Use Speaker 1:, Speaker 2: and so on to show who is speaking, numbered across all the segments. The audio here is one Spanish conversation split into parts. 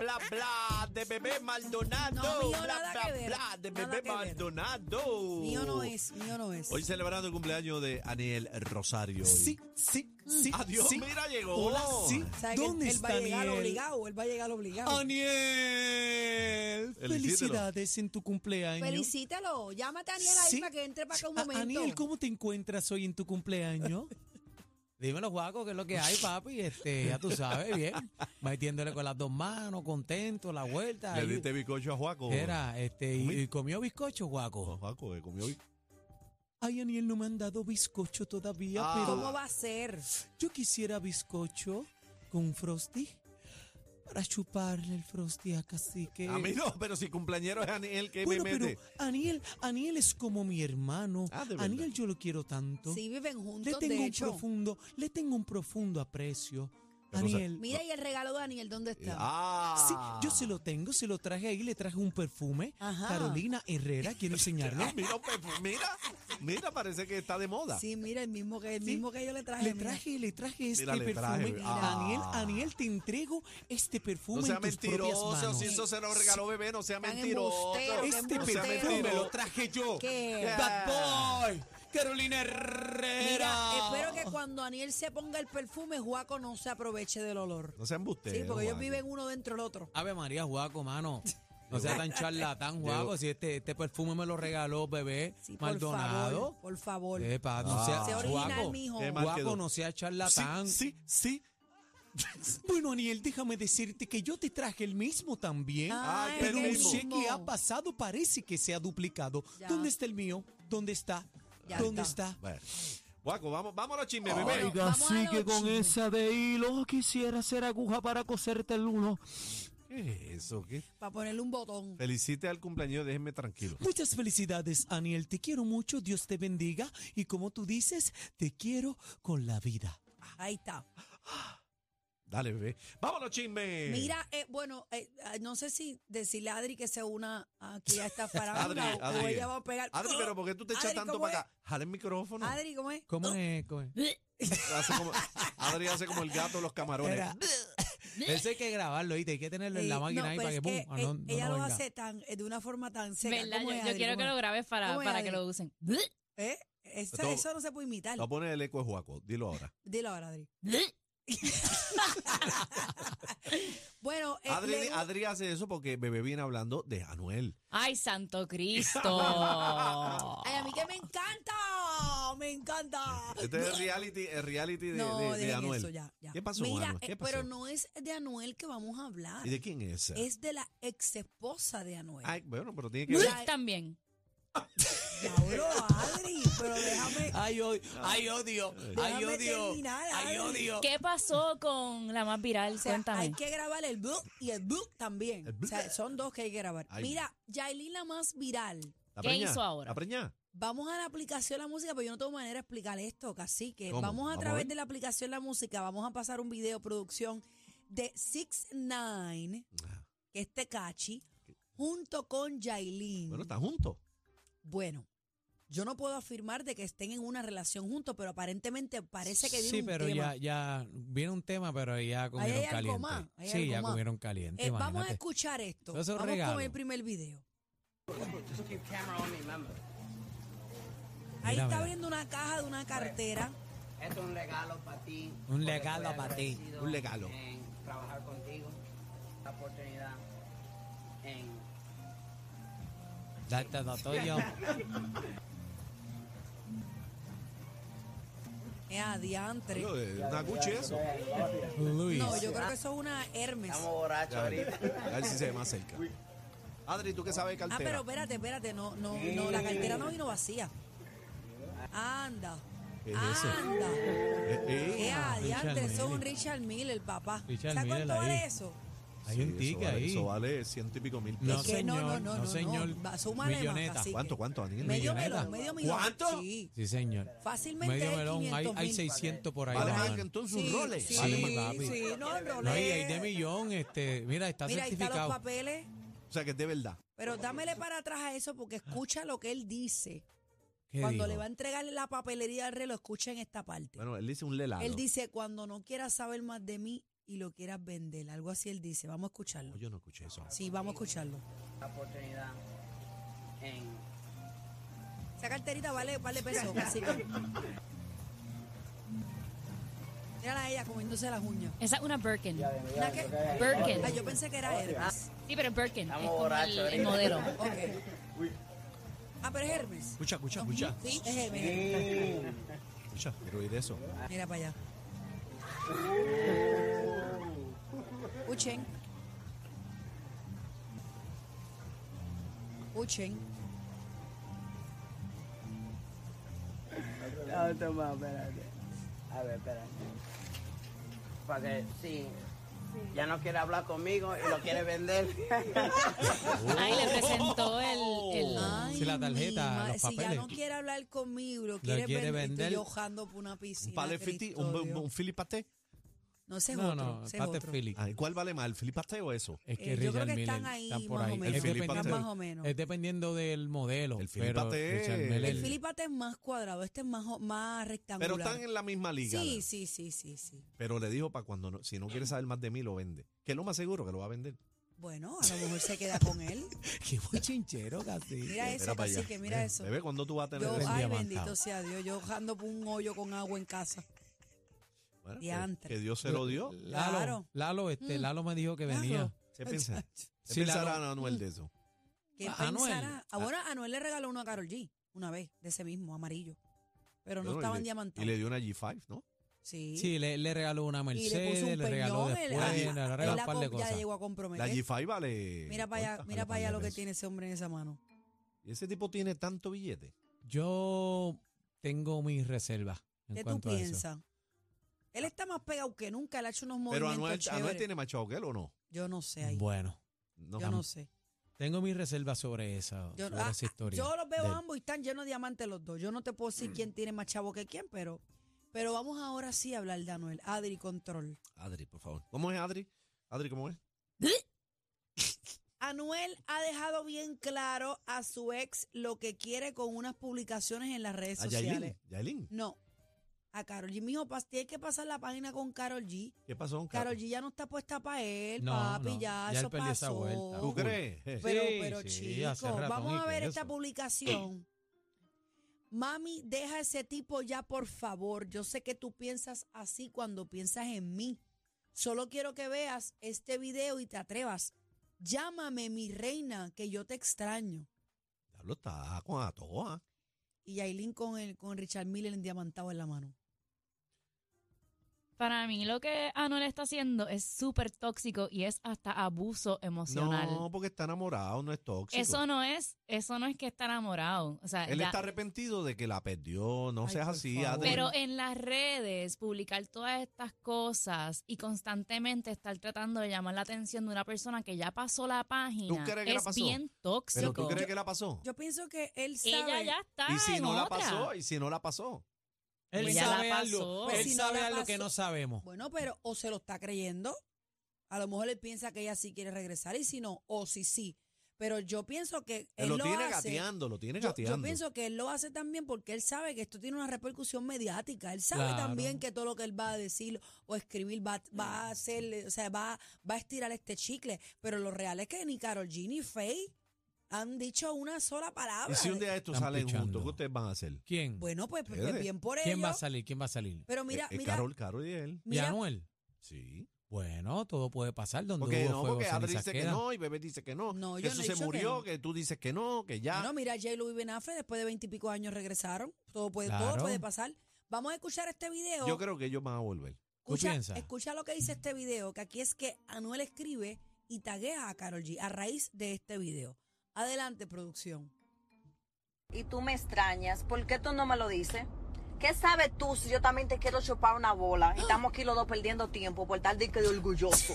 Speaker 1: Bla bla de bebé Maldonado.
Speaker 2: No, mío
Speaker 1: bla
Speaker 2: nada
Speaker 1: bla
Speaker 2: que ver.
Speaker 1: bla de
Speaker 2: Nada
Speaker 1: bebé
Speaker 2: que ver.
Speaker 1: Maldonado.
Speaker 2: Mío no es, mío no es.
Speaker 1: Hoy celebrando el cumpleaños de Aniel Rosario. hoy.
Speaker 3: Sí, sí, sí.
Speaker 1: Adiós,
Speaker 3: sí.
Speaker 1: mira, llegó.
Speaker 3: Hola, sí.
Speaker 2: O sea, que él,
Speaker 3: ¿Dónde
Speaker 2: él va
Speaker 3: está
Speaker 2: a llegar
Speaker 3: Aniel?
Speaker 2: obligado, él va a llegar obligado.
Speaker 3: Aniel,
Speaker 1: Felicítelo.
Speaker 3: felicidades en tu cumpleaños.
Speaker 2: Felicítalo, llámate a Aniel ahí
Speaker 3: Sí.
Speaker 2: para que entre para acá un
Speaker 3: A-
Speaker 2: momento.
Speaker 3: Aniel, ¿cómo te encuentras hoy en tu cumpleaños? Dímelo, Juaco, ¿qué es lo que hay, papi? Este, ya tú sabes, bien. Metiéndole con las dos manos, contento, la vuelta.
Speaker 1: Le
Speaker 3: ahí.
Speaker 1: diste bizcocho a Juaco.
Speaker 3: Era, este, y,
Speaker 1: Comi-
Speaker 3: y comió bizcocho,
Speaker 1: Oh,
Speaker 3: Juaco.
Speaker 1: Juaco, eh, comió hoy.
Speaker 3: Ay, Aniel, no me han dado bizcocho todavía,
Speaker 1: Ah.
Speaker 3: pero
Speaker 2: ¿Cómo va a ser?
Speaker 3: Yo quisiera bizcocho con frosty para chuparle el frosty a cacique.
Speaker 1: A mí no, pero si cumpleañero es Aniel, que
Speaker 3: bueno,
Speaker 1: me
Speaker 3: pero
Speaker 1: mete?
Speaker 3: Aniel, Aniel es como mi hermano.
Speaker 1: Ah, de verdad.
Speaker 3: Aniel yo lo quiero tanto.
Speaker 2: Sí, viven
Speaker 3: le
Speaker 2: juntos,
Speaker 3: tengo
Speaker 2: de
Speaker 3: un
Speaker 2: hecho.
Speaker 3: profundo, le tengo un profundo aprecio.
Speaker 1: Qué cosa.
Speaker 3: Aniel.
Speaker 2: Mira, y el regalo de Aniel, ¿dónde está?
Speaker 3: Sí,
Speaker 1: Ah.
Speaker 3: yo se lo tengo, se lo traje ahí, le traje un perfume.
Speaker 2: Ajá.
Speaker 3: Carolina Herrera, quiero enseñarlo.
Speaker 1: Ah, mira, Pepe, mira, mira, parece que está de moda.
Speaker 2: Sí, mira, el mismo que, el mismo que yo le traje.
Speaker 3: Le
Speaker 2: mira.
Speaker 3: traje, le traje este
Speaker 1: le traje.
Speaker 3: perfume.
Speaker 1: Ah.
Speaker 3: Aniel, Aniel, te entrego este perfume
Speaker 1: No sea
Speaker 3: en tus propias
Speaker 1: mentiroso,
Speaker 3: manos.
Speaker 1: si eso se lo regaló bebé, no sea
Speaker 2: Tan
Speaker 1: mentiroso.
Speaker 2: embustero, qué
Speaker 3: Este
Speaker 1: No sea
Speaker 2: embustero.
Speaker 3: perfume
Speaker 1: mentiroso.
Speaker 3: lo traje yo.
Speaker 2: ¿Qué?
Speaker 3: Bad Boy. Carolina Herrera.
Speaker 2: Mira, espero que cuando Aniel se ponga el perfume, Juaco no se aproveche del olor.
Speaker 1: No sean embustero.
Speaker 2: Sí, porque ellos
Speaker 1: Juaco.
Speaker 2: viven uno dentro del otro.
Speaker 3: Ave María, Juaco, mano. No sea tan charlatán, Juaco. Si este, este perfume me lo regaló, bebé
Speaker 2: Sí, por
Speaker 3: Maldonado.
Speaker 2: favor, por favor.
Speaker 3: Epa, no sea,
Speaker 2: Sea original,
Speaker 3: Juaco,
Speaker 2: mijo.
Speaker 1: Qué mal quedó.
Speaker 3: Juaco, no sea charlatán.
Speaker 1: Sí, sí, sí.
Speaker 3: Bueno, Aniel, déjame decirte que yo te traje el mismo también.
Speaker 2: Ay,
Speaker 1: Ay,
Speaker 3: Pero
Speaker 1: el
Speaker 3: no
Speaker 1: mismo.
Speaker 3: sé qué ha pasado, parece que se ha duplicado.
Speaker 2: Ya.
Speaker 3: ¿Dónde está el mío? ¿Dónde está?
Speaker 2: Ya
Speaker 3: ¿Dónde
Speaker 2: está.
Speaker 3: está?
Speaker 1: Bueno. Guaco, vamos, vamos a los chismes, bebé.
Speaker 2: Bueno,
Speaker 4: Oiga,
Speaker 2: vamos a
Speaker 4: sí
Speaker 2: los
Speaker 4: que con
Speaker 2: chismes.
Speaker 4: esa de hilo quisiera ser aguja para coserte el uno.
Speaker 1: ¿Qué es eso? ¿Qué?
Speaker 2: Para ponerle un botón.
Speaker 1: Felicite al cumpleaños, déjenme tranquilo.
Speaker 3: Muchas felicidades, Aniel. Te quiero mucho. Dios te bendiga. Y como tú dices, te quiero con la vida.
Speaker 2: Ahí está.
Speaker 1: Dale, bebé. Vamos a los chismes.
Speaker 2: Mira, eh, bueno, eh, ah, no sé si decirle a Adri que se una aquí a esta farándula
Speaker 1: Adri,
Speaker 2: o- o
Speaker 1: Adri.
Speaker 2: ella va a pegar.
Speaker 1: Adri, pero ¿por qué tú te echas
Speaker 2: Adri,
Speaker 1: tanto
Speaker 2: ¿cómo
Speaker 1: para acá? Jale el
Speaker 2: es?
Speaker 1: micrófono.
Speaker 2: Adri, ¿cómo es?
Speaker 3: ¿Cómo es? ¿Cómo es?
Speaker 1: Hace como- Adri hace como el gato de los camarones.
Speaker 3: Era- Eso hay que grabarlo, ¿viste? Hay que tenerlo en la
Speaker 2: Eh,
Speaker 3: máquina
Speaker 2: no,
Speaker 3: ahí
Speaker 2: pero
Speaker 3: para que
Speaker 2: es
Speaker 3: pum, ah, no-
Speaker 2: eh,
Speaker 3: no
Speaker 2: ella
Speaker 3: nos
Speaker 2: lo
Speaker 3: oiga.
Speaker 2: hace tan, eh, de una forma tan seca.
Speaker 5: ¿Verdad?
Speaker 2: ¿Cómo
Speaker 5: Yo,
Speaker 2: es,
Speaker 5: yo
Speaker 2: Adri?
Speaker 5: quiero que
Speaker 2: ¿Cómo
Speaker 5: lo
Speaker 2: es?
Speaker 5: grabes para,
Speaker 2: ¿Cómo es,
Speaker 5: para que
Speaker 2: Adri?
Speaker 5: lo usen.
Speaker 2: ¿Eh? Esa-
Speaker 1: Todo-
Speaker 2: eso no se puede imitar.
Speaker 1: No pone el eco de Juaco. Dilo ahora.
Speaker 2: Dilo ahora, Adri. Bueno, eh,
Speaker 1: Adri,
Speaker 2: le-
Speaker 1: Adri hace eso porque bebé viene hablando de Anuel.
Speaker 5: ¡Ay, santo Cristo!
Speaker 2: ay, a mí que me encanta. Me encanta.
Speaker 1: Este es el reality, el reality de,
Speaker 2: no,
Speaker 1: de- de
Speaker 2: dejen
Speaker 1: Anuel.
Speaker 2: eso ya, ya.
Speaker 1: ¿Qué pasó,
Speaker 2: Mira,
Speaker 1: Anuel? ¿Qué
Speaker 2: eh,
Speaker 1: pasó?
Speaker 2: pero no es de Anuel que vamos a hablar.
Speaker 1: ¿Y de Ah, quién es? esa?
Speaker 2: Es de la ex esposa de Anuel.
Speaker 1: Ay, bueno, pero tiene que ver.
Speaker 5: Luis también.
Speaker 2: Diablo, Adri, pero déjame.
Speaker 3: Ay, odio, ay, odio, ay,
Speaker 2: Déjame
Speaker 3: Ah, odio,
Speaker 2: terminar,
Speaker 3: ay,
Speaker 2: Adri.
Speaker 3: odio.
Speaker 5: ¿Qué pasó con la más viral?
Speaker 2: O sea, hay
Speaker 5: Cuéntame.
Speaker 2: que grabar el blue y el blue también.
Speaker 1: El
Speaker 2: O sea, son dos que hay que grabar.
Speaker 1: Ay.
Speaker 2: Mira, Yailin la más viral.
Speaker 1: ¿La
Speaker 5: ¿Qué
Speaker 1: preña?
Speaker 5: hizo ahora?
Speaker 1: ¿La preña?
Speaker 2: Vamos a la aplicación La Música, pero yo no tengo manera de explicar esto, casi que
Speaker 1: ¿Cómo?
Speaker 2: vamos
Speaker 1: Vamos
Speaker 2: a
Speaker 1: a
Speaker 2: través
Speaker 1: ver.
Speaker 2: de la aplicación La Música, vamos a pasar un video producción de 6ix9ine,
Speaker 1: Ah.
Speaker 2: que es Tecachi, junto con Yailin.
Speaker 1: Bueno, están juntos.
Speaker 2: Bueno, yo no puedo afirmar de que estén en una relación juntos, pero aparentemente parece que viene
Speaker 3: Sí,
Speaker 2: un
Speaker 3: pero
Speaker 2: tema.
Speaker 3: ya, ya, viene un tema, pero ya comieron
Speaker 2: algo
Speaker 3: caliente.
Speaker 2: más, ahí hay
Speaker 3: sí,
Speaker 2: algo
Speaker 3: ya
Speaker 2: más.
Speaker 3: comieron caliente,
Speaker 2: Eh, vamos a
Speaker 3: imagínate.
Speaker 2: escuchar esto.
Speaker 3: Eso es
Speaker 2: Vamos
Speaker 3: regalo.
Speaker 2: con el primer video.
Speaker 6: camera on me, remember.
Speaker 2: Ahí
Speaker 3: Mira,
Speaker 2: está
Speaker 3: mira.
Speaker 2: abriendo una caja de una cartera.
Speaker 6: Esto es un regalo para ti.
Speaker 3: Un
Speaker 6: porque
Speaker 3: regalo
Speaker 6: estoy
Speaker 3: para ti,
Speaker 6: agradecido
Speaker 1: un regalo.
Speaker 6: En trabajar contigo, esta oportunidad en
Speaker 3: Darte lo tuyo.
Speaker 2: Es adiantre.
Speaker 1: Yo, eh, Una Gucci eso.
Speaker 3: Luis.
Speaker 2: No, yo creo que eso es una Hermes.
Speaker 6: Estamos borrachos
Speaker 1: A ver,
Speaker 6: ahorita.
Speaker 1: a ver si se ve más cerca. Adri, ¿tú qué sabes de
Speaker 2: Ah, pero
Speaker 1: cartera?
Speaker 2: espérate, espérate. No, no, no, la cartera no vino vacía. Anda.
Speaker 1: ¿Qué es eso?
Speaker 2: Anda.
Speaker 1: Eh, eh.
Speaker 2: Es adiantre.
Speaker 3: Richard
Speaker 2: Eso es un
Speaker 3: Mille.
Speaker 2: Richard Miller, papá.
Speaker 3: Richard
Speaker 2: ¿Sabes
Speaker 3: Mille
Speaker 2: cuánto vale
Speaker 3: ahí.
Speaker 2: eso?
Speaker 3: Hay
Speaker 1: Sí,
Speaker 3: un
Speaker 1: eso
Speaker 3: tique
Speaker 1: vale-
Speaker 3: ahí.
Speaker 1: Eso vale ciento y pico mil
Speaker 3: No,
Speaker 2: Es
Speaker 1: pesos.
Speaker 2: que no,
Speaker 3: señor,
Speaker 2: no, no, no, no.
Speaker 3: señor.
Speaker 2: Va, súmale más,
Speaker 3: Milloneta.
Speaker 2: así que-
Speaker 1: ¿Cuánto, cuánto, Daniel?
Speaker 2: Medio
Speaker 3: Milloneta.
Speaker 2: melón, medio melón.
Speaker 1: ¿Cuánto?
Speaker 2: Sí.
Speaker 3: Sí, señor.
Speaker 2: Fácilmente
Speaker 3: Medio
Speaker 2: es
Speaker 3: melón, hay,
Speaker 2: 500
Speaker 3: hay
Speaker 2: mil.
Speaker 3: 600 por ahí.
Speaker 1: Vale
Speaker 3: hermano.
Speaker 1: más que entonces
Speaker 2: Sí,
Speaker 1: un Rolex.
Speaker 2: sí,
Speaker 3: Vale más, papi.
Speaker 2: sí, no, el
Speaker 3: No, y hay
Speaker 2: Rolex.
Speaker 3: de millón, este, mira, está
Speaker 2: Mira, ahí están los
Speaker 3: certificado.
Speaker 2: papeles.
Speaker 1: O sea que es de verdad.
Speaker 2: Pero dámele para atrás a eso porque escucha lo que él dice.
Speaker 3: ¿Qué
Speaker 2: Cuando
Speaker 3: dijo?
Speaker 2: le va a entregar la papelería al reloj, escuchen esta parte.
Speaker 1: Bueno, él dice un lelado.
Speaker 2: él dice, cuando no quieras saber más de mí y lo quieras vender, algo así él dice. Vamos a escucharlo.
Speaker 1: No, yo no escuché eso.
Speaker 2: Sí, vamos a escucharlo.
Speaker 6: esta oportunidad en
Speaker 2: Esa carterita vale, vale pesos, así que... Mírala a ella comiéndose las uñas.
Speaker 5: Esa es una Birkin.
Speaker 2: Una que-
Speaker 5: Birkin.
Speaker 2: Ah, yo pensé que era Hermes.
Speaker 5: Sí, pero en Birkin.
Speaker 6: Estamos
Speaker 5: es como el,
Speaker 6: borrachos,
Speaker 5: el modelo.
Speaker 2: Ok. Ah, pero es Hermes.
Speaker 1: Escucha, escucha, escucha.
Speaker 2: Sí, es Hermes.
Speaker 1: Escucha, quiero oír eso.
Speaker 2: Mira para allá. Escuchen. Escuchen.
Speaker 6: No, toma, espérate. A ver, espérate. Para que, sí. Ya no quiere hablar conmigo y lo quiere vender.
Speaker 5: Ahí le presentó el. el-
Speaker 2: Ay,
Speaker 3: Sí, la tarjeta,
Speaker 2: mi ma-
Speaker 3: los
Speaker 2: Si ya
Speaker 3: papeles.
Speaker 2: no quiere hablar conmigo, lo quiere,
Speaker 3: quiere
Speaker 2: vender.
Speaker 3: vender.
Speaker 2: Estoy yo ojando por una
Speaker 1: Un
Speaker 2: piscina.
Speaker 1: palefiti,
Speaker 2: Cristo
Speaker 1: un, un,
Speaker 2: Dios.
Speaker 1: un filipate.
Speaker 2: No, ese es
Speaker 3: No,
Speaker 2: otro.
Speaker 3: no,
Speaker 2: ese es
Speaker 3: Pate
Speaker 2: otro.
Speaker 3: Philly.
Speaker 1: Ah, ¿Cuál vale más, el filipate o eso?
Speaker 3: Es que
Speaker 2: Eh, yo creo
Speaker 3: Richard
Speaker 2: que están
Speaker 3: Miller,
Speaker 2: ahí,
Speaker 3: están por
Speaker 2: más o
Speaker 3: ahí.
Speaker 2: menos.
Speaker 3: Es
Speaker 1: El
Speaker 3: dependiendo,
Speaker 1: Filipate.
Speaker 2: Más o menos.
Speaker 3: es dependiendo del modelo.
Speaker 1: El
Speaker 3: pero
Speaker 1: Filipate
Speaker 3: Richard
Speaker 1: es-
Speaker 3: Miller-
Speaker 2: El Filipate es más cuadrado, este es más, jo- más rectangular.
Speaker 1: Pero están en la misma liga.
Speaker 2: Sí, sí, sí, sí, sí.
Speaker 1: Pero le dijo para cuando, no- si no quiere saber más de mí, lo vende. Que es lo más seguro que lo va a vender.
Speaker 2: Bueno, a lo mejor se queda con él.
Speaker 3: Qué bochinchero, casi.
Speaker 2: Mira eso,
Speaker 1: para allá.
Speaker 2: así que mira eso.
Speaker 1: Bebé, ¿cuándo tú vas a tener
Speaker 2: Yo,
Speaker 1: eso?
Speaker 2: ay,
Speaker 3: diamantado.
Speaker 2: bendito sea Dios, yo ando por un hoyo con agua en casa.
Speaker 1: Bueno, que,
Speaker 2: diantre.
Speaker 1: que Dios se lo dio.
Speaker 3: Lalo,
Speaker 2: Claro.
Speaker 3: Lalo, este,
Speaker 2: Mm.
Speaker 3: Lalo me dijo que venía.
Speaker 2: Claro.
Speaker 1: ¿Qué piensa? ¿Qué
Speaker 3: Sí,
Speaker 1: pensará
Speaker 3: Lalo.
Speaker 1: Anuel de eso?
Speaker 2: ¿Qué
Speaker 3: A- Anuel.
Speaker 2: pensará? Ah, bueno, Anuel le regaló uno a Carol G una vez, de ese mismo, amarillo. Pero no
Speaker 1: Bueno, y
Speaker 2: estaban
Speaker 1: le-
Speaker 2: diamantados.
Speaker 1: Y le dio una G5, ¿no?
Speaker 2: sí.
Speaker 3: Sí, le, le regaló una
Speaker 2: Y le
Speaker 3: Mercedes,
Speaker 2: puso
Speaker 3: le,
Speaker 2: un
Speaker 3: regaló
Speaker 2: peñón. él-
Speaker 3: después,
Speaker 2: ah,
Speaker 3: le regaló
Speaker 2: él
Speaker 3: un
Speaker 2: la
Speaker 3: par de
Speaker 2: com- ya
Speaker 3: cosas.
Speaker 2: llegó a
Speaker 1: La
Speaker 2: comprometer.
Speaker 1: G5 vale. Ah,
Speaker 2: Mira para allá,
Speaker 1: ¿cuántas?
Speaker 2: mira para allá lo que
Speaker 1: pesos.
Speaker 2: tiene ese hombre en esa mano.
Speaker 1: ¿Y ese tipo tiene tanto billete?
Speaker 3: Yo tengo mis reservas en
Speaker 2: ¿Qué tú
Speaker 3: cuanto a eso. Ah.
Speaker 2: piensas? Él está más pegado que nunca, él ha hecho unos
Speaker 1: Pero
Speaker 2: movimientos
Speaker 1: Anuel,
Speaker 2: chéveres.
Speaker 1: Anuel tiene más chavo que él o no?
Speaker 2: Yo no sé ahí.
Speaker 3: Bueno,
Speaker 1: No.
Speaker 2: yo no sé.
Speaker 3: tengo mis reservas sobre esa,
Speaker 2: Yo,
Speaker 3: sobre
Speaker 2: ah,
Speaker 3: esa historia. Mm.
Speaker 2: Yo los veo
Speaker 3: de
Speaker 2: a
Speaker 3: él.
Speaker 2: ambos y están llenos de diamantes los dos. Yo no te puedo decir quién tiene más chavo que quién, pero, pero vamos ahora sí a hablar de Anuel. Adri Control.
Speaker 1: Adri, por favor. ¿Cómo es Adri? Adri, ¿cómo es?
Speaker 2: Anuel ha dejado bien claro a su ex lo que quiere con unas publicaciones en las redes
Speaker 1: A
Speaker 2: sociales.
Speaker 1: Ah, Yailin. Yailin.
Speaker 2: No. A Carol G. Mijo, pas- tienes que pasar la página con Carol G.
Speaker 1: ¿Qué pasó? Car-
Speaker 2: Carol G ya no está puesta para él,
Speaker 3: No,
Speaker 2: papi,
Speaker 3: no,
Speaker 2: ya,
Speaker 3: ya él
Speaker 2: eso
Speaker 3: perdió esa
Speaker 2: pasó.
Speaker 3: vuelta.
Speaker 1: ¿Tú crees? Eh,
Speaker 2: Pero,
Speaker 3: Sí,
Speaker 2: pero
Speaker 3: sí,
Speaker 2: chicos,
Speaker 3: hace ratón
Speaker 2: vamos
Speaker 3: y
Speaker 2: a ver
Speaker 3: que
Speaker 2: esta
Speaker 3: eso.
Speaker 2: publicación. Mami, deja ese tipo ya, por favor. Yo sé que tú piensas así cuando piensas en mí. Solo quiero que veas este video y te atrevas. Llámame, mi reina, que yo te extraño.
Speaker 1: Diablo, está con Atoa.
Speaker 2: Y Yailin con, el, con Richard Miller endiamantado en la mano.
Speaker 5: Para mí, lo que Anuel está haciendo es súper tóxico y es hasta abuso emocional.
Speaker 1: No, porque está enamorado, no es tóxico.
Speaker 5: eso no es, eso no es que está enamorado. O sea,
Speaker 1: Él
Speaker 5: ya-
Speaker 1: está arrepentido de que la perdió. No
Speaker 2: Ay,
Speaker 1: seas
Speaker 2: por
Speaker 1: así,
Speaker 2: favor.
Speaker 1: Adri.
Speaker 5: Pero en las redes, publicar todas estas cosas y constantemente estar tratando de llamar la atención de una persona que ya pasó la página
Speaker 1: ¿Tú crees que la
Speaker 5: es
Speaker 1: pasó?
Speaker 5: bien
Speaker 1: ¿Pero
Speaker 5: tóxico.
Speaker 1: tú crees que la pasó?
Speaker 2: Yo pienso que él sabe.
Speaker 5: Ella ya está
Speaker 1: ¿Y si
Speaker 5: en
Speaker 1: no la
Speaker 5: otra.
Speaker 1: pasó? ¿Y si no la pasó?
Speaker 3: Él
Speaker 5: Pues ya
Speaker 3: sabe
Speaker 5: la
Speaker 3: algo,
Speaker 5: pasó.
Speaker 3: él
Speaker 2: Pues si no
Speaker 3: sabe
Speaker 2: la
Speaker 3: algo que
Speaker 2: pasó.
Speaker 3: no sabemos.
Speaker 2: Bueno, pero o se lo está creyendo. A lo mejor él piensa que ella sí quiere regresar y si no, o si sí. Pero yo pienso que él
Speaker 1: lo,
Speaker 2: lo,
Speaker 1: tiene
Speaker 2: hace.
Speaker 1: gateando, lo tiene
Speaker 2: yo, yo
Speaker 1: gateando.
Speaker 2: pienso que él lo hace también porque él sabe que esto tiene una repercusión mediática. Él sabe
Speaker 3: Claro.
Speaker 2: también que todo lo que él va a decir o escribir va,
Speaker 1: Mm.
Speaker 2: va a hacerle, o sea, va, va a estirar este chicle. Pero lo real es que ni Carol G ni Faye han dicho una sola
Speaker 1: y
Speaker 2: palabra.
Speaker 1: si un día Eh, estos
Speaker 3: Están
Speaker 1: salen juntos,
Speaker 3: pichando.
Speaker 1: ¿qué ustedes van a hacer?
Speaker 3: ¿Quién?
Speaker 2: Bueno, pues, pues,
Speaker 1: Ustedes.
Speaker 2: bien por
Speaker 3: ¿Quién va a
Speaker 2: ellos.
Speaker 3: salir? ¿Quién va a salir?
Speaker 2: Pero mira,
Speaker 1: Eh, eh,
Speaker 2: mira,
Speaker 1: Carol, Carol y él.
Speaker 3: ¿Y
Speaker 2: mira,
Speaker 3: Anuel?
Speaker 1: Sí.
Speaker 3: Bueno, todo puede pasar donde
Speaker 1: Porque
Speaker 3: hubo
Speaker 1: no,
Speaker 3: fuego,
Speaker 1: porque Adri
Speaker 3: cenizas
Speaker 1: dice que
Speaker 3: quedan.
Speaker 1: no y Bebé dice que no.
Speaker 2: No,
Speaker 1: que
Speaker 2: yo
Speaker 1: eso
Speaker 2: no he
Speaker 1: se
Speaker 2: dicho que
Speaker 1: murió,
Speaker 2: no.
Speaker 1: que tú dices que no, que ya.
Speaker 2: Bueno, mira, J. Louis Ben Affleck, después de veintipico años regresaron. Todo puede, todo
Speaker 3: Claro.
Speaker 2: puede pasar. Vamos a escuchar este video.
Speaker 1: Yo creo que ellos van a volver.
Speaker 3: ¿Tú
Speaker 2: escucha,
Speaker 3: piensas?
Speaker 2: escucha lo que dice este video, que aquí es que Anuel escribe y taguea a Carol G a raíz de este video. Adelante, producción.
Speaker 7: y tú me extrañas, ¿por qué tú no me lo dices? ¿Qué sabes tú si yo también te quiero chupar una bola? Y estamos aquí los dos perdiendo tiempo por tal de que de orgulloso.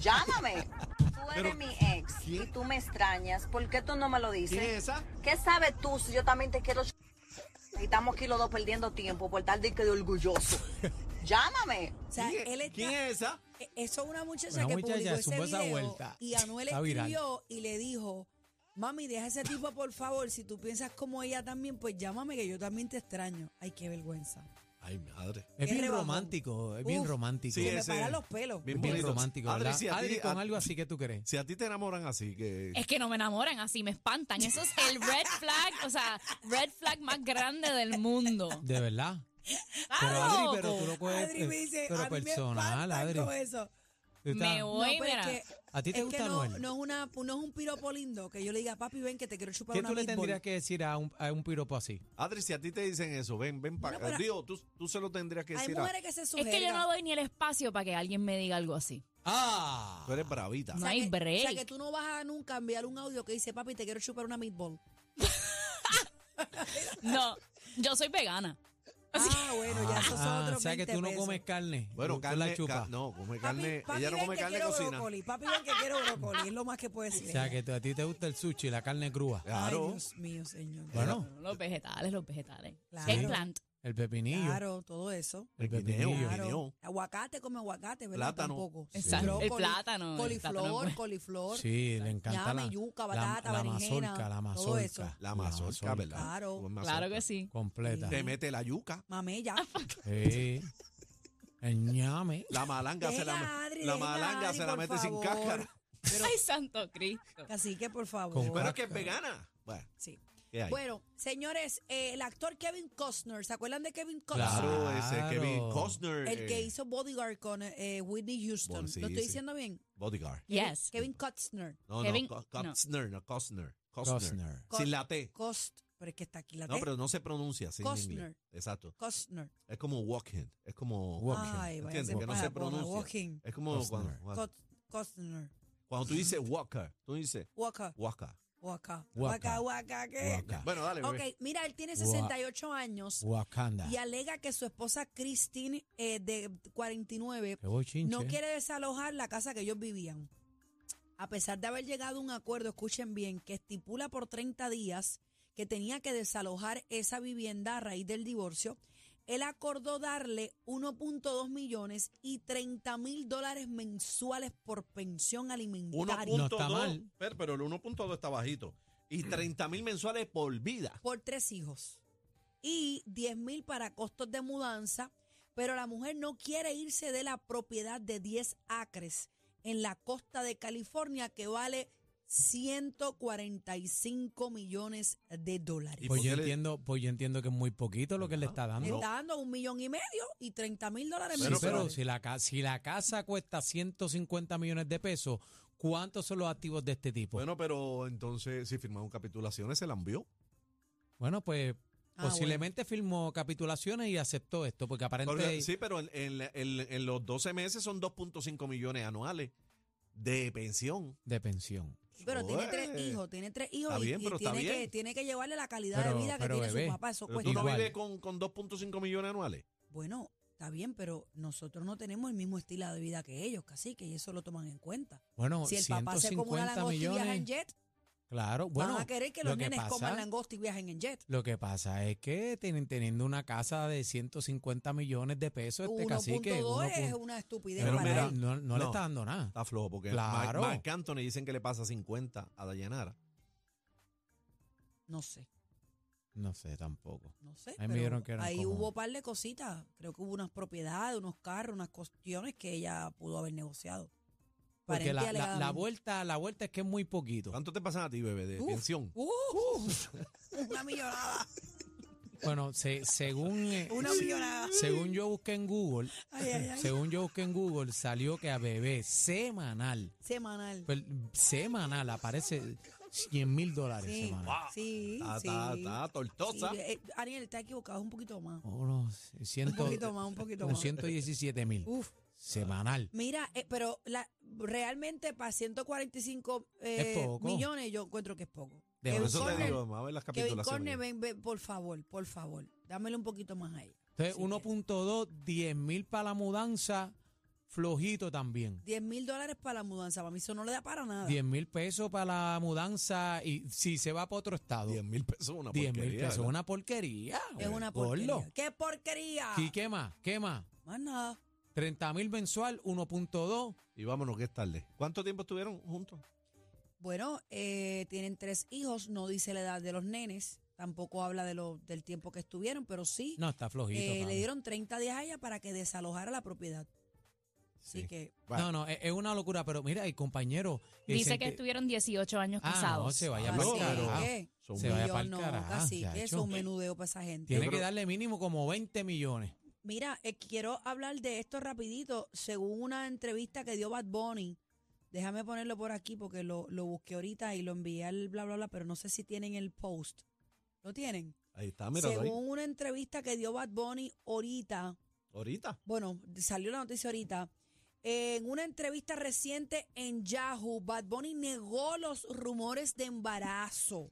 Speaker 7: Llámame. Tú
Speaker 1: Pero,
Speaker 7: eres mi ex y
Speaker 1: ¿quién?
Speaker 7: tú me extrañas, ¿por qué tú no me lo
Speaker 1: ¿Quién es
Speaker 7: dices?
Speaker 1: esa?
Speaker 7: ¿Qué sabes tú si yo también te quiero chupar? Y estamos aquí los dos perdiendo tiempo por tal de que de orgulloso. Llámame.
Speaker 2: O sea,
Speaker 1: ¿Quién,
Speaker 2: él está,
Speaker 1: quién es esa?
Speaker 2: e- Eso es una muchacha
Speaker 3: Una
Speaker 2: que
Speaker 3: muchacha
Speaker 2: publicó ese
Speaker 3: zumbó esa
Speaker 2: video
Speaker 3: vuelta.
Speaker 2: y Anuel
Speaker 3: Está viral.
Speaker 2: escribió y le dijo, Mami, deja a ese tipo, por favor. Si tú piensas como ella también, pues llámame que yo también te extraño. Ay, qué vergüenza.
Speaker 1: Ay, madre.
Speaker 3: Es
Speaker 2: Qué
Speaker 3: bien
Speaker 2: rebajón.
Speaker 3: romántico, es bien
Speaker 2: Uf,
Speaker 3: romántico.
Speaker 1: Sí,
Speaker 2: Se me
Speaker 1: ese-
Speaker 2: paran los pelos.
Speaker 1: bien
Speaker 3: es bien
Speaker 1: bonito.
Speaker 3: romántico,
Speaker 1: Adri,
Speaker 3: ¿verdad? Adri,
Speaker 1: si a ti-
Speaker 3: con
Speaker 1: a-
Speaker 3: algo así que tú crees.
Speaker 1: Si a ti te enamoran así, que.
Speaker 5: Es que no me enamoran así, me espantan. Eso es el red flag, o sea, red flag más grande del mundo.
Speaker 3: De verdad. Pero
Speaker 5: ¡Claro!
Speaker 3: Adri, pero tú lo puedes.
Speaker 2: ¡Ah, Adri me dice,
Speaker 3: pero
Speaker 2: a mí
Speaker 3: personal,
Speaker 2: me
Speaker 3: Adri.
Speaker 2: espantan con eso.
Speaker 3: Tú estás-
Speaker 5: Me voy,
Speaker 2: pero
Speaker 5: mira.
Speaker 2: es que-
Speaker 3: ¿A ti te
Speaker 2: es
Speaker 3: gusta
Speaker 2: que no,
Speaker 3: Anuel?
Speaker 2: no es, una, no es un piropo lindo que yo le diga, papi, ven que te quiero chupar
Speaker 3: ¿Qué
Speaker 2: una
Speaker 3: tú le
Speaker 2: Big Ball".
Speaker 3: tendrías que decir a un, a un piropo así?
Speaker 1: Adri, si a ti te dicen eso, ven, ven para
Speaker 2: No, pero-
Speaker 1: acá. Digo, tú, tú se lo tendrías que
Speaker 2: Hay
Speaker 1: decir. a-
Speaker 2: mujeres que se
Speaker 5: Es
Speaker 2: sujetan.
Speaker 5: que yo no doy ni el espacio para que alguien me diga algo así.
Speaker 3: ¡Ah!
Speaker 1: Tú eres bravita.
Speaker 5: No hay
Speaker 2: que- O sea,
Speaker 5: break.
Speaker 2: que tú no vas a nunca enviar un audio que dice, papi, te quiero chupar una meatball.
Speaker 5: No, yo soy vegana.
Speaker 2: Ah, bueno, ya esos son
Speaker 3: Ah,
Speaker 2: otros
Speaker 3: o sea que
Speaker 2: 20
Speaker 3: tú no
Speaker 2: pesos.
Speaker 3: comes carne.
Speaker 1: Bueno,
Speaker 3: tú, tú
Speaker 1: carne.
Speaker 3: la chupas.
Speaker 1: ca- no, come
Speaker 2: Papi,
Speaker 1: carne.
Speaker 2: papi,
Speaker 1: ella no
Speaker 2: ven
Speaker 1: come
Speaker 2: que
Speaker 1: carne
Speaker 2: quiero
Speaker 1: cocina.
Speaker 2: Brócoli. Papi, ven que quiero brócoli. Es lo más que puede decir.
Speaker 3: O sea
Speaker 2: ella.
Speaker 3: que tú- a ti te gusta el sushi, la carne crúa.
Speaker 2: Ay,
Speaker 1: Claro.
Speaker 2: Dios mío, señor.
Speaker 3: Bueno,
Speaker 5: Los vegetales, los vegetales.
Speaker 2: Claro.
Speaker 5: Eggplant.
Speaker 3: el pepinillo.
Speaker 2: Claro, todo eso.
Speaker 1: El
Speaker 3: El
Speaker 1: guineo,
Speaker 3: pepinillo.
Speaker 1: guineo.
Speaker 2: Claro. Aguacate come aguacate, ¿verdad?
Speaker 1: Plátano.
Speaker 2: Tampoco.
Speaker 5: Exacto. El
Speaker 2: Brócoli,
Speaker 5: plátano, el plátano es
Speaker 2: Coliflor,
Speaker 5: bueno.
Speaker 2: coliflor.
Speaker 3: Sí, le encanta
Speaker 2: Ñame,
Speaker 3: la,
Speaker 2: yuca,
Speaker 3: la-
Speaker 2: batata,
Speaker 3: la,
Speaker 2: berenjena,
Speaker 3: mazorca, la mazorca.
Speaker 2: todo eso.
Speaker 1: La mazorca, ¿verdad?
Speaker 2: Claro.
Speaker 1: Buen mazorca.
Speaker 5: Claro que sí.
Speaker 3: Completa.
Speaker 1: Te mete la yuca.
Speaker 2: Mamé ya.
Speaker 3: Sí. El ñame.
Speaker 1: La malanga se
Speaker 2: Deja,
Speaker 1: la,
Speaker 2: Adri,
Speaker 1: la
Speaker 2: deja,
Speaker 1: malanga
Speaker 2: Adri,
Speaker 1: se la
Speaker 2: por
Speaker 1: mete sin
Speaker 2: favor.
Speaker 1: cáscara.
Speaker 5: Ay, santo Cristo.
Speaker 2: Así que, por favor.
Speaker 3: Con
Speaker 1: Pero es que es
Speaker 3: Cáscara.
Speaker 1: vegana. Bueno,
Speaker 2: Sí.
Speaker 1: ¿qué hay?
Speaker 2: Bueno, señores, eh, el actor Kevin Costner, ¿se acuerdan de Kevin Costner?
Speaker 1: Claro, ese Kevin
Speaker 3: Claro.
Speaker 1: Costner.
Speaker 2: El que
Speaker 1: eh,
Speaker 2: hizo Bodyguard con eh, Whitney Houston.
Speaker 1: Bueno, sí,
Speaker 2: ¿Lo estoy
Speaker 1: sí.
Speaker 2: diciendo bien?
Speaker 1: Bodyguard.
Speaker 5: Yes.
Speaker 2: Kevin Costner.
Speaker 1: No, no,
Speaker 5: Kevin-
Speaker 1: Co-
Speaker 5: no.
Speaker 1: Costner, no, Costner. Costner.
Speaker 3: Costner.
Speaker 2: Co-
Speaker 1: Sin la T.
Speaker 2: Cost, pero es que está aquí la
Speaker 1: No,
Speaker 2: T.
Speaker 1: pero no se pronuncia así en inglés.
Speaker 2: ¿Eh? Costner.
Speaker 1: Exacto.
Speaker 2: Costner.
Speaker 1: Es como walking. Es como
Speaker 3: Walking.
Speaker 2: Ay, vaya
Speaker 1: ¿Entiendes? Que no se pronuncia.
Speaker 2: Walking.
Speaker 1: Es como
Speaker 3: Costner.
Speaker 1: cuando, cuando,
Speaker 2: Costner.
Speaker 1: cuando tú dices Walker, tú dices
Speaker 2: Waka,
Speaker 1: Waka.
Speaker 2: waka. Waka,
Speaker 3: Waka.
Speaker 2: waka, ¿qué?
Speaker 3: Waka.
Speaker 1: Eh, Bueno, dale, pues. bebé.
Speaker 2: Ok, mira, él tiene
Speaker 3: Wa-
Speaker 2: 68 años
Speaker 3: Wakanda.
Speaker 2: y alega que su esposa Christine, eh, de 49,
Speaker 3: Qué bochinche.
Speaker 2: no quiere desalojar la casa que ellos vivían. A pesar de haber llegado a un acuerdo, escuchen bien, que estipula por 30 días que tenía que desalojar esa vivienda a raíz del divorcio, él acordó darle 1.2 millones y 30 mil dólares mensuales por pensión alimentaria.
Speaker 1: 1.2.
Speaker 3: No está mal.
Speaker 1: Pero, pero el 1.2 está bajito. Y 30 mil mensuales por vida.
Speaker 2: por tres hijos y 10 mil para costos de mudanza, pero la mujer no quiere irse de la propiedad de 10 acres en la costa de California que vale 145 millones de dólares.
Speaker 1: ¿Y
Speaker 3: Pues
Speaker 1: por
Speaker 3: yo,
Speaker 1: qué le-
Speaker 3: entiendo, pues yo entiendo que es muy poquito lo que él le está
Speaker 2: Le
Speaker 3: dando.
Speaker 2: está dando un millón y medio y 30 mil dólares
Speaker 3: Sí,
Speaker 1: Bueno,
Speaker 3: pero,
Speaker 1: pero-
Speaker 2: mensuales.
Speaker 3: si, la, ca- si la casa cuesta 150 millones de pesos, ¿cuántos son los activos de este tipo? Bueno,
Speaker 1: Bueno, pero entonces, si firmaron capitulaciones, se la envió.
Speaker 3: pues
Speaker 2: Ah, bueno.
Speaker 3: posiblemente firmó capitulaciones y aceptó esto, porque aparentemente...
Speaker 1: Porque- sí, pero en, en la- en- en los 12 meses son 2.5 millones anuales de pensión.
Speaker 3: de pensión.
Speaker 2: Pero tiene tres
Speaker 1: Joder.
Speaker 2: hijos, tiene tres hijos
Speaker 1: Está
Speaker 2: y,
Speaker 1: bien,
Speaker 2: y
Speaker 1: pero está
Speaker 2: tiene, que,
Speaker 1: bien.
Speaker 2: tiene que llevarle la calidad
Speaker 3: Pero-
Speaker 2: de vida que
Speaker 3: pero,
Speaker 2: tiene
Speaker 3: bebé,
Speaker 2: su papá. Eso
Speaker 1: Pero
Speaker 2: cuesta.
Speaker 1: tú no
Speaker 3: Igual.
Speaker 1: vives con, con 2.5 millones anuales.
Speaker 2: Bueno, está bien, pero nosotros no tenemos el mismo estilo de vida que ellos, casi que eso lo toman en cuenta.
Speaker 3: Bueno,
Speaker 2: Si el papá se come una
Speaker 3: 150
Speaker 2: langosta y viaja en
Speaker 3: Oh, millones.
Speaker 2: jet,
Speaker 3: Claro, bueno,
Speaker 2: van a querer que
Speaker 3: lo
Speaker 2: los nenes
Speaker 3: pasa-
Speaker 2: coman langosta y viajen en jet.
Speaker 3: Lo que pasa es que tienen, teniendo una casa de 150 millones de pesos, este cacique...
Speaker 2: 1.2 es
Speaker 3: uno pun-
Speaker 2: una estupidez
Speaker 1: Pero
Speaker 2: para
Speaker 1: mira,
Speaker 2: él.
Speaker 3: no, no le
Speaker 1: no.
Speaker 3: está dando nada.
Speaker 1: Está flojo porque Marc,
Speaker 3: Claro.
Speaker 1: Marc Anthony dicen que le pasa 50 a Dayanara.
Speaker 2: No sé,
Speaker 3: No sé, tampoco.
Speaker 2: no sé.
Speaker 3: Ahí me
Speaker 2: pero
Speaker 3: dijeron que eran
Speaker 2: ahí
Speaker 3: como-
Speaker 2: hubo un par de cositas. Creo que hubo unas propiedades, unos carros, unas cuestiones que ella pudo haber negociado. Aparente
Speaker 3: Porque
Speaker 2: y
Speaker 3: la, la- la
Speaker 2: alegadamente.
Speaker 3: vuelta, la vuelta es que es muy poquito.
Speaker 1: ¿Cuánto te pasan a ti, bebé, de
Speaker 2: Uf.
Speaker 1: pensión?
Speaker 2: ¡Uh! una millonada,
Speaker 3: Bueno, se- según, eh,
Speaker 2: una millonada.
Speaker 3: según yo busqué en Google,
Speaker 2: Ay, ay, ay.
Speaker 3: según yo busqué en Google, salió que a bebé semanal,
Speaker 2: Semanal.
Speaker 3: pues, semanal aparece 100 mil dólares
Speaker 2: Sí,
Speaker 3: pues, semanal.
Speaker 2: sí,
Speaker 1: Está,
Speaker 2: sí.
Speaker 1: Ah, está, está tortosa.
Speaker 2: Sí, eh, Ariel, está equivocado, un poquito más.
Speaker 3: Unos
Speaker 2: Un
Speaker 3: 100,
Speaker 2: poquito más, un poquito
Speaker 3: como
Speaker 2: más. Uh.
Speaker 3: 117 mil
Speaker 2: Uf.
Speaker 3: semanal.
Speaker 2: Mira, eh, pero la, realmente para 145 eh,
Speaker 3: Es poco.
Speaker 2: millones yo encuentro que es poco.
Speaker 3: De
Speaker 2: Kevin
Speaker 1: Por eso te
Speaker 2: Corner,
Speaker 1: digo, vamos a ver las
Speaker 2: Kevin
Speaker 1: capitulaciones.
Speaker 2: Corner, ven, ven, por favor, por favor, dámele un poquito más a ella.
Speaker 3: Entonces,
Speaker 2: Así que,
Speaker 3: 1.2, 10 mil para la mudanza, flojito también.
Speaker 2: 10 mil dólares para la mudanza, para mí eso no le da para nada.
Speaker 3: 10 mil pesos para la mudanza y si se va para otro estado,
Speaker 1: 10 mil pesos una
Speaker 3: 10 mil
Speaker 1: porquería,
Speaker 3: pesos.
Speaker 1: ¿verdad?
Speaker 3: Una porquería.
Speaker 2: es una
Speaker 3: gordo.
Speaker 2: porquería. ¡Qué porquería!
Speaker 3: ¿Y qué más? ¿Qué más?
Speaker 2: Más nada.
Speaker 3: 30 mil mensual, 1.2.
Speaker 1: Y vámonos que es tarde. ¿Cuánto tiempo estuvieron juntos?
Speaker 2: Bueno, eh, tienen tres hijos, no dice la edad de los nenes, tampoco habla de lo, del tiempo que estuvieron, pero sí
Speaker 3: No, está flojito.
Speaker 2: eh, le
Speaker 3: mano.
Speaker 2: dieron 30 días a ella para que desalojara la propiedad. Así
Speaker 1: Sí.
Speaker 2: que
Speaker 1: Vale.
Speaker 3: No, no, es, es una locura, pero mira, el compañero. eh,
Speaker 5: Dice
Speaker 3: se
Speaker 5: que
Speaker 3: ente-
Speaker 5: estuvieron 18 años
Speaker 3: Ah, no,
Speaker 5: casados.
Speaker 3: se vaya
Speaker 1: Ah,
Speaker 3: para
Speaker 1: no,
Speaker 2: Así
Speaker 3: el carajo.
Speaker 2: que,
Speaker 1: Son
Speaker 3: Se vaya
Speaker 2: yo
Speaker 3: pa'l
Speaker 2: no,
Speaker 3: carajo,
Speaker 2: casi, que
Speaker 3: chacho.
Speaker 2: eso es un menudeo para esa gente.
Speaker 3: Tiene
Speaker 1: Yo
Speaker 3: que
Speaker 1: creo-
Speaker 3: darle mínimo como 20 millones.
Speaker 2: Mira, eh, quiero hablar de esto rapidito. Según una entrevista que dio Bad Bunny, déjame ponerlo por aquí porque lo, lo busqué ahorita y lo envié al bla, bla, bla, pero no sé si tienen el post. ¿Lo tienen?
Speaker 1: Ahí está, míralo ahí.
Speaker 2: Según una entrevista que dio Bad Bunny ahorita,
Speaker 1: Ahorita.
Speaker 2: bueno, salió la noticia ahorita, en una entrevista reciente en Yahoo, Bad Bunny negó los rumores de embarazo.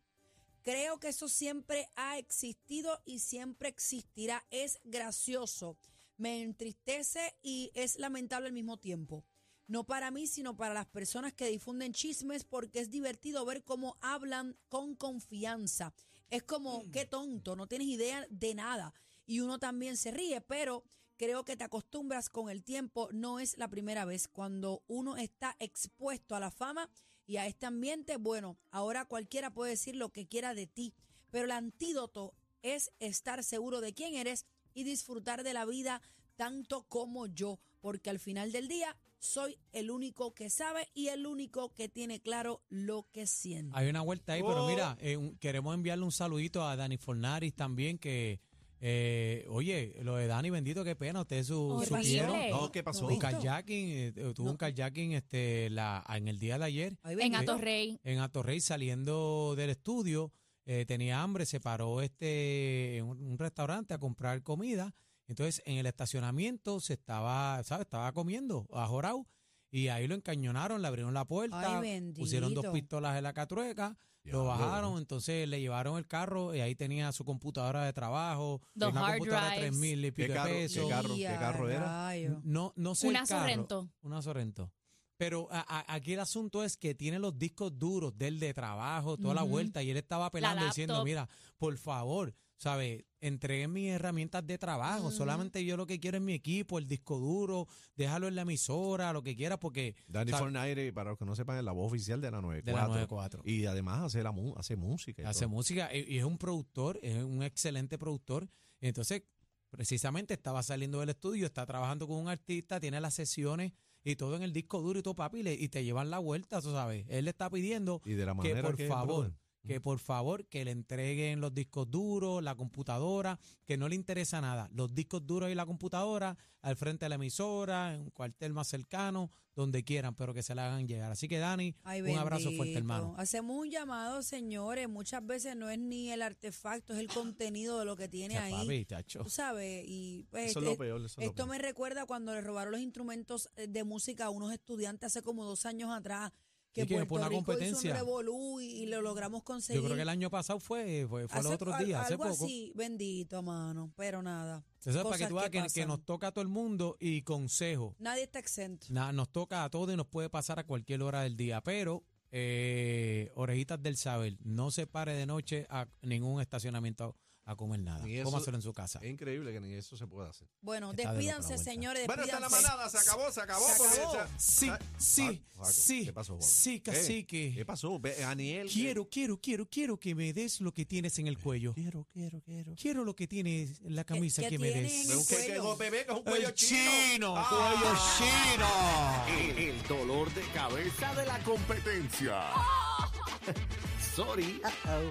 Speaker 2: Creo que eso siempre ha existido y siempre existirá. Es gracioso. Me entristece y es lamentable al mismo tiempo. No para mí, sino para las personas que difunden chismes porque es divertido ver cómo hablan con confianza. Es como, qué tonto, no tienes idea de nada. Y uno también se ríe, pero creo que te acostumbras con el tiempo. No es la primera vez cuando uno está expuesto a la fama y a este ambiente, bueno, ahora cualquiera puede decir lo que quiera de ti, pero el antídoto es estar seguro de quién eres y disfrutar de la vida tanto como yo, porque al final del día soy el único que sabe y el único que tiene claro lo que siente.
Speaker 3: Hay una vuelta ahí, pero
Speaker 1: Oh.
Speaker 3: mira, eh, un- queremos enviarle un saludito a Dani Fornaris también, que, eh, oye, lo de Dani, bendito, qué pena, ustedes su,
Speaker 5: Horrible.
Speaker 3: supieron.
Speaker 5: Ey,
Speaker 1: No, ¿qué pasó?
Speaker 2: Oh, no,
Speaker 3: Un kayaking, eh, tuvo
Speaker 2: No.
Speaker 3: un kayaking este, la, en el día de ayer.
Speaker 2: Ay,
Speaker 5: En
Speaker 2: bendito.
Speaker 5: Atorrey.
Speaker 3: en Atorrey saliendo del estudio, eh, tenía hambre, se paró este, en un, un restaurante a comprar comida. Entonces, en el estacionamiento se estaba, ¿sabes? Estaba comiendo a Jorau y ahí lo encañonaron, le abrieron la puerta,
Speaker 2: Ay,
Speaker 3: pusieron dos
Speaker 2: bendito.
Speaker 3: pistolas en la catrueca,
Speaker 1: Diablo,
Speaker 3: lo bajaron, entonces le llevaron el carro y ahí tenía su computadora de trabajo,
Speaker 5: Dos
Speaker 3: una
Speaker 5: hard
Speaker 3: computadora de
Speaker 5: drives.
Speaker 3: 3 mil y
Speaker 1: ¿Qué
Speaker 3: pico de
Speaker 1: carro? ¿Qué
Speaker 3: pesos.
Speaker 1: carro?
Speaker 2: Y
Speaker 1: ¿Qué
Speaker 2: a
Speaker 1: carro era?
Speaker 2: rayo.
Speaker 3: No, no sé el
Speaker 5: Una
Speaker 3: carro.
Speaker 5: Sorrento.
Speaker 3: Una Sorrento. Pero a- a- aquí el asunto es que tiene los discos duros del de trabajo, toda la
Speaker 5: Ujú.
Speaker 3: vuelta, y él estaba apelando
Speaker 5: La
Speaker 3: diciendo,
Speaker 5: laptop.
Speaker 3: mira, por favor, ¿sabe? Entreguen mis herramientas de trabajo,
Speaker 2: Ujú.
Speaker 3: solamente yo lo que quiero es mi equipo, el disco duro, déjalo en la emisora, lo que quiera, porque
Speaker 1: Danny
Speaker 3: Sabe-
Speaker 1: Fornaire, para los que no sepan, es la voz oficial de la
Speaker 3: de la
Speaker 1: 94.
Speaker 3: 94.
Speaker 1: Y además hace, la mu- hace música. y
Speaker 3: Hace
Speaker 1: todo.
Speaker 3: música y, y es un productor, es un excelente productor. Entonces, precisamente estaba saliendo del estudio, está trabajando con un artista, tiene las sesiones y todo en el disco duro y todo, papi, y, le- y te llevan la vuelta, tú sabes. Él le está pidiendo
Speaker 1: Y de la manera
Speaker 3: que por
Speaker 1: es,
Speaker 3: favor,
Speaker 1: brother.
Speaker 3: que por favor, que le entreguen los discos duros, la computadora, que no le interesa nada. Los discos duros y la computadora al frente de la emisora, en un cuartel más cercano, donde quieran, pero que se la hagan llegar. Así que Dani,
Speaker 2: Ay,
Speaker 3: un abrazo fuerte,
Speaker 2: bendito.
Speaker 3: hermano.
Speaker 2: Hacemos un llamado, señores. Muchas veces no es ni el artefacto, es el contenido de lo que tiene
Speaker 3: Ya,
Speaker 2: ahí.
Speaker 3: papi, chacho.
Speaker 2: Tú sabes, y pues,
Speaker 1: Eso es
Speaker 2: eh,
Speaker 1: lo peor. Eso es lo
Speaker 2: esto
Speaker 1: peor.
Speaker 2: me recuerda cuando le robaron los instrumentos eh, de música a unos estudiantes hace como dos años atrás. Que
Speaker 3: Y que fue
Speaker 2: Puerto
Speaker 3: una
Speaker 2: Rico hizo
Speaker 3: competencia.
Speaker 2: un revolú y, y lo logramos conseguir.
Speaker 3: Yo creo que el año pasado fue, fue, fue los
Speaker 2: Hace-
Speaker 3: otros
Speaker 2: al-
Speaker 3: días, hace
Speaker 2: algo
Speaker 3: poco.
Speaker 2: así, bendito, mano. Pero nada,
Speaker 3: Eso es para que
Speaker 2: cosas
Speaker 3: tú veas
Speaker 2: que
Speaker 3: que, que
Speaker 2: pasan.
Speaker 3: nos toca a todo el mundo y consejo.
Speaker 2: nadie está exento.
Speaker 3: Na- nos toca a todos y nos puede pasar a cualquier hora del día, pero eh, orejitas del saber, no se pare de noche a ningún estacionamiento a comer nada.
Speaker 1: Y eso- Eh,
Speaker 3: ¿Cómo hacerlo en su casa?
Speaker 1: Es increíble que ni eso se pueda hacer.
Speaker 2: Bueno,
Speaker 3: Está de loco la
Speaker 2: despídanse,
Speaker 3: vuelta.
Speaker 2: señores,
Speaker 1: Bueno, está
Speaker 2: despídanse.
Speaker 1: la manada. Se acabó, se acabó.
Speaker 2: Se
Speaker 1: por
Speaker 2: acabó.
Speaker 1: esta-
Speaker 3: Sí,
Speaker 1: Ah,
Speaker 3: sí,
Speaker 1: Paco,
Speaker 3: sí,
Speaker 1: ¿Qué pasó, Juan?
Speaker 3: sí,
Speaker 1: ¿Qué? ¿Qué
Speaker 3: cacique.
Speaker 1: pasó? Ve, Aniel. ¿qué?
Speaker 3: Quiero, quiero, quiero, quiero que me des lo que tienes en el cuello.
Speaker 1: Eh, Quiero, quiero, quiero.
Speaker 3: Quiero lo que tienes en la camisa
Speaker 2: qué
Speaker 3: que me
Speaker 2: tienes
Speaker 3: des.
Speaker 2: en el
Speaker 1: Un que- que-
Speaker 2: cuello.
Speaker 1: bebé, que es un
Speaker 3: El
Speaker 1: cuello chino. Ah.
Speaker 8: El, el dolor de cabeza de la competencia. Sorry.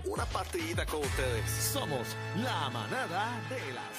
Speaker 8: Una partidita con ustedes. Somos la manada de la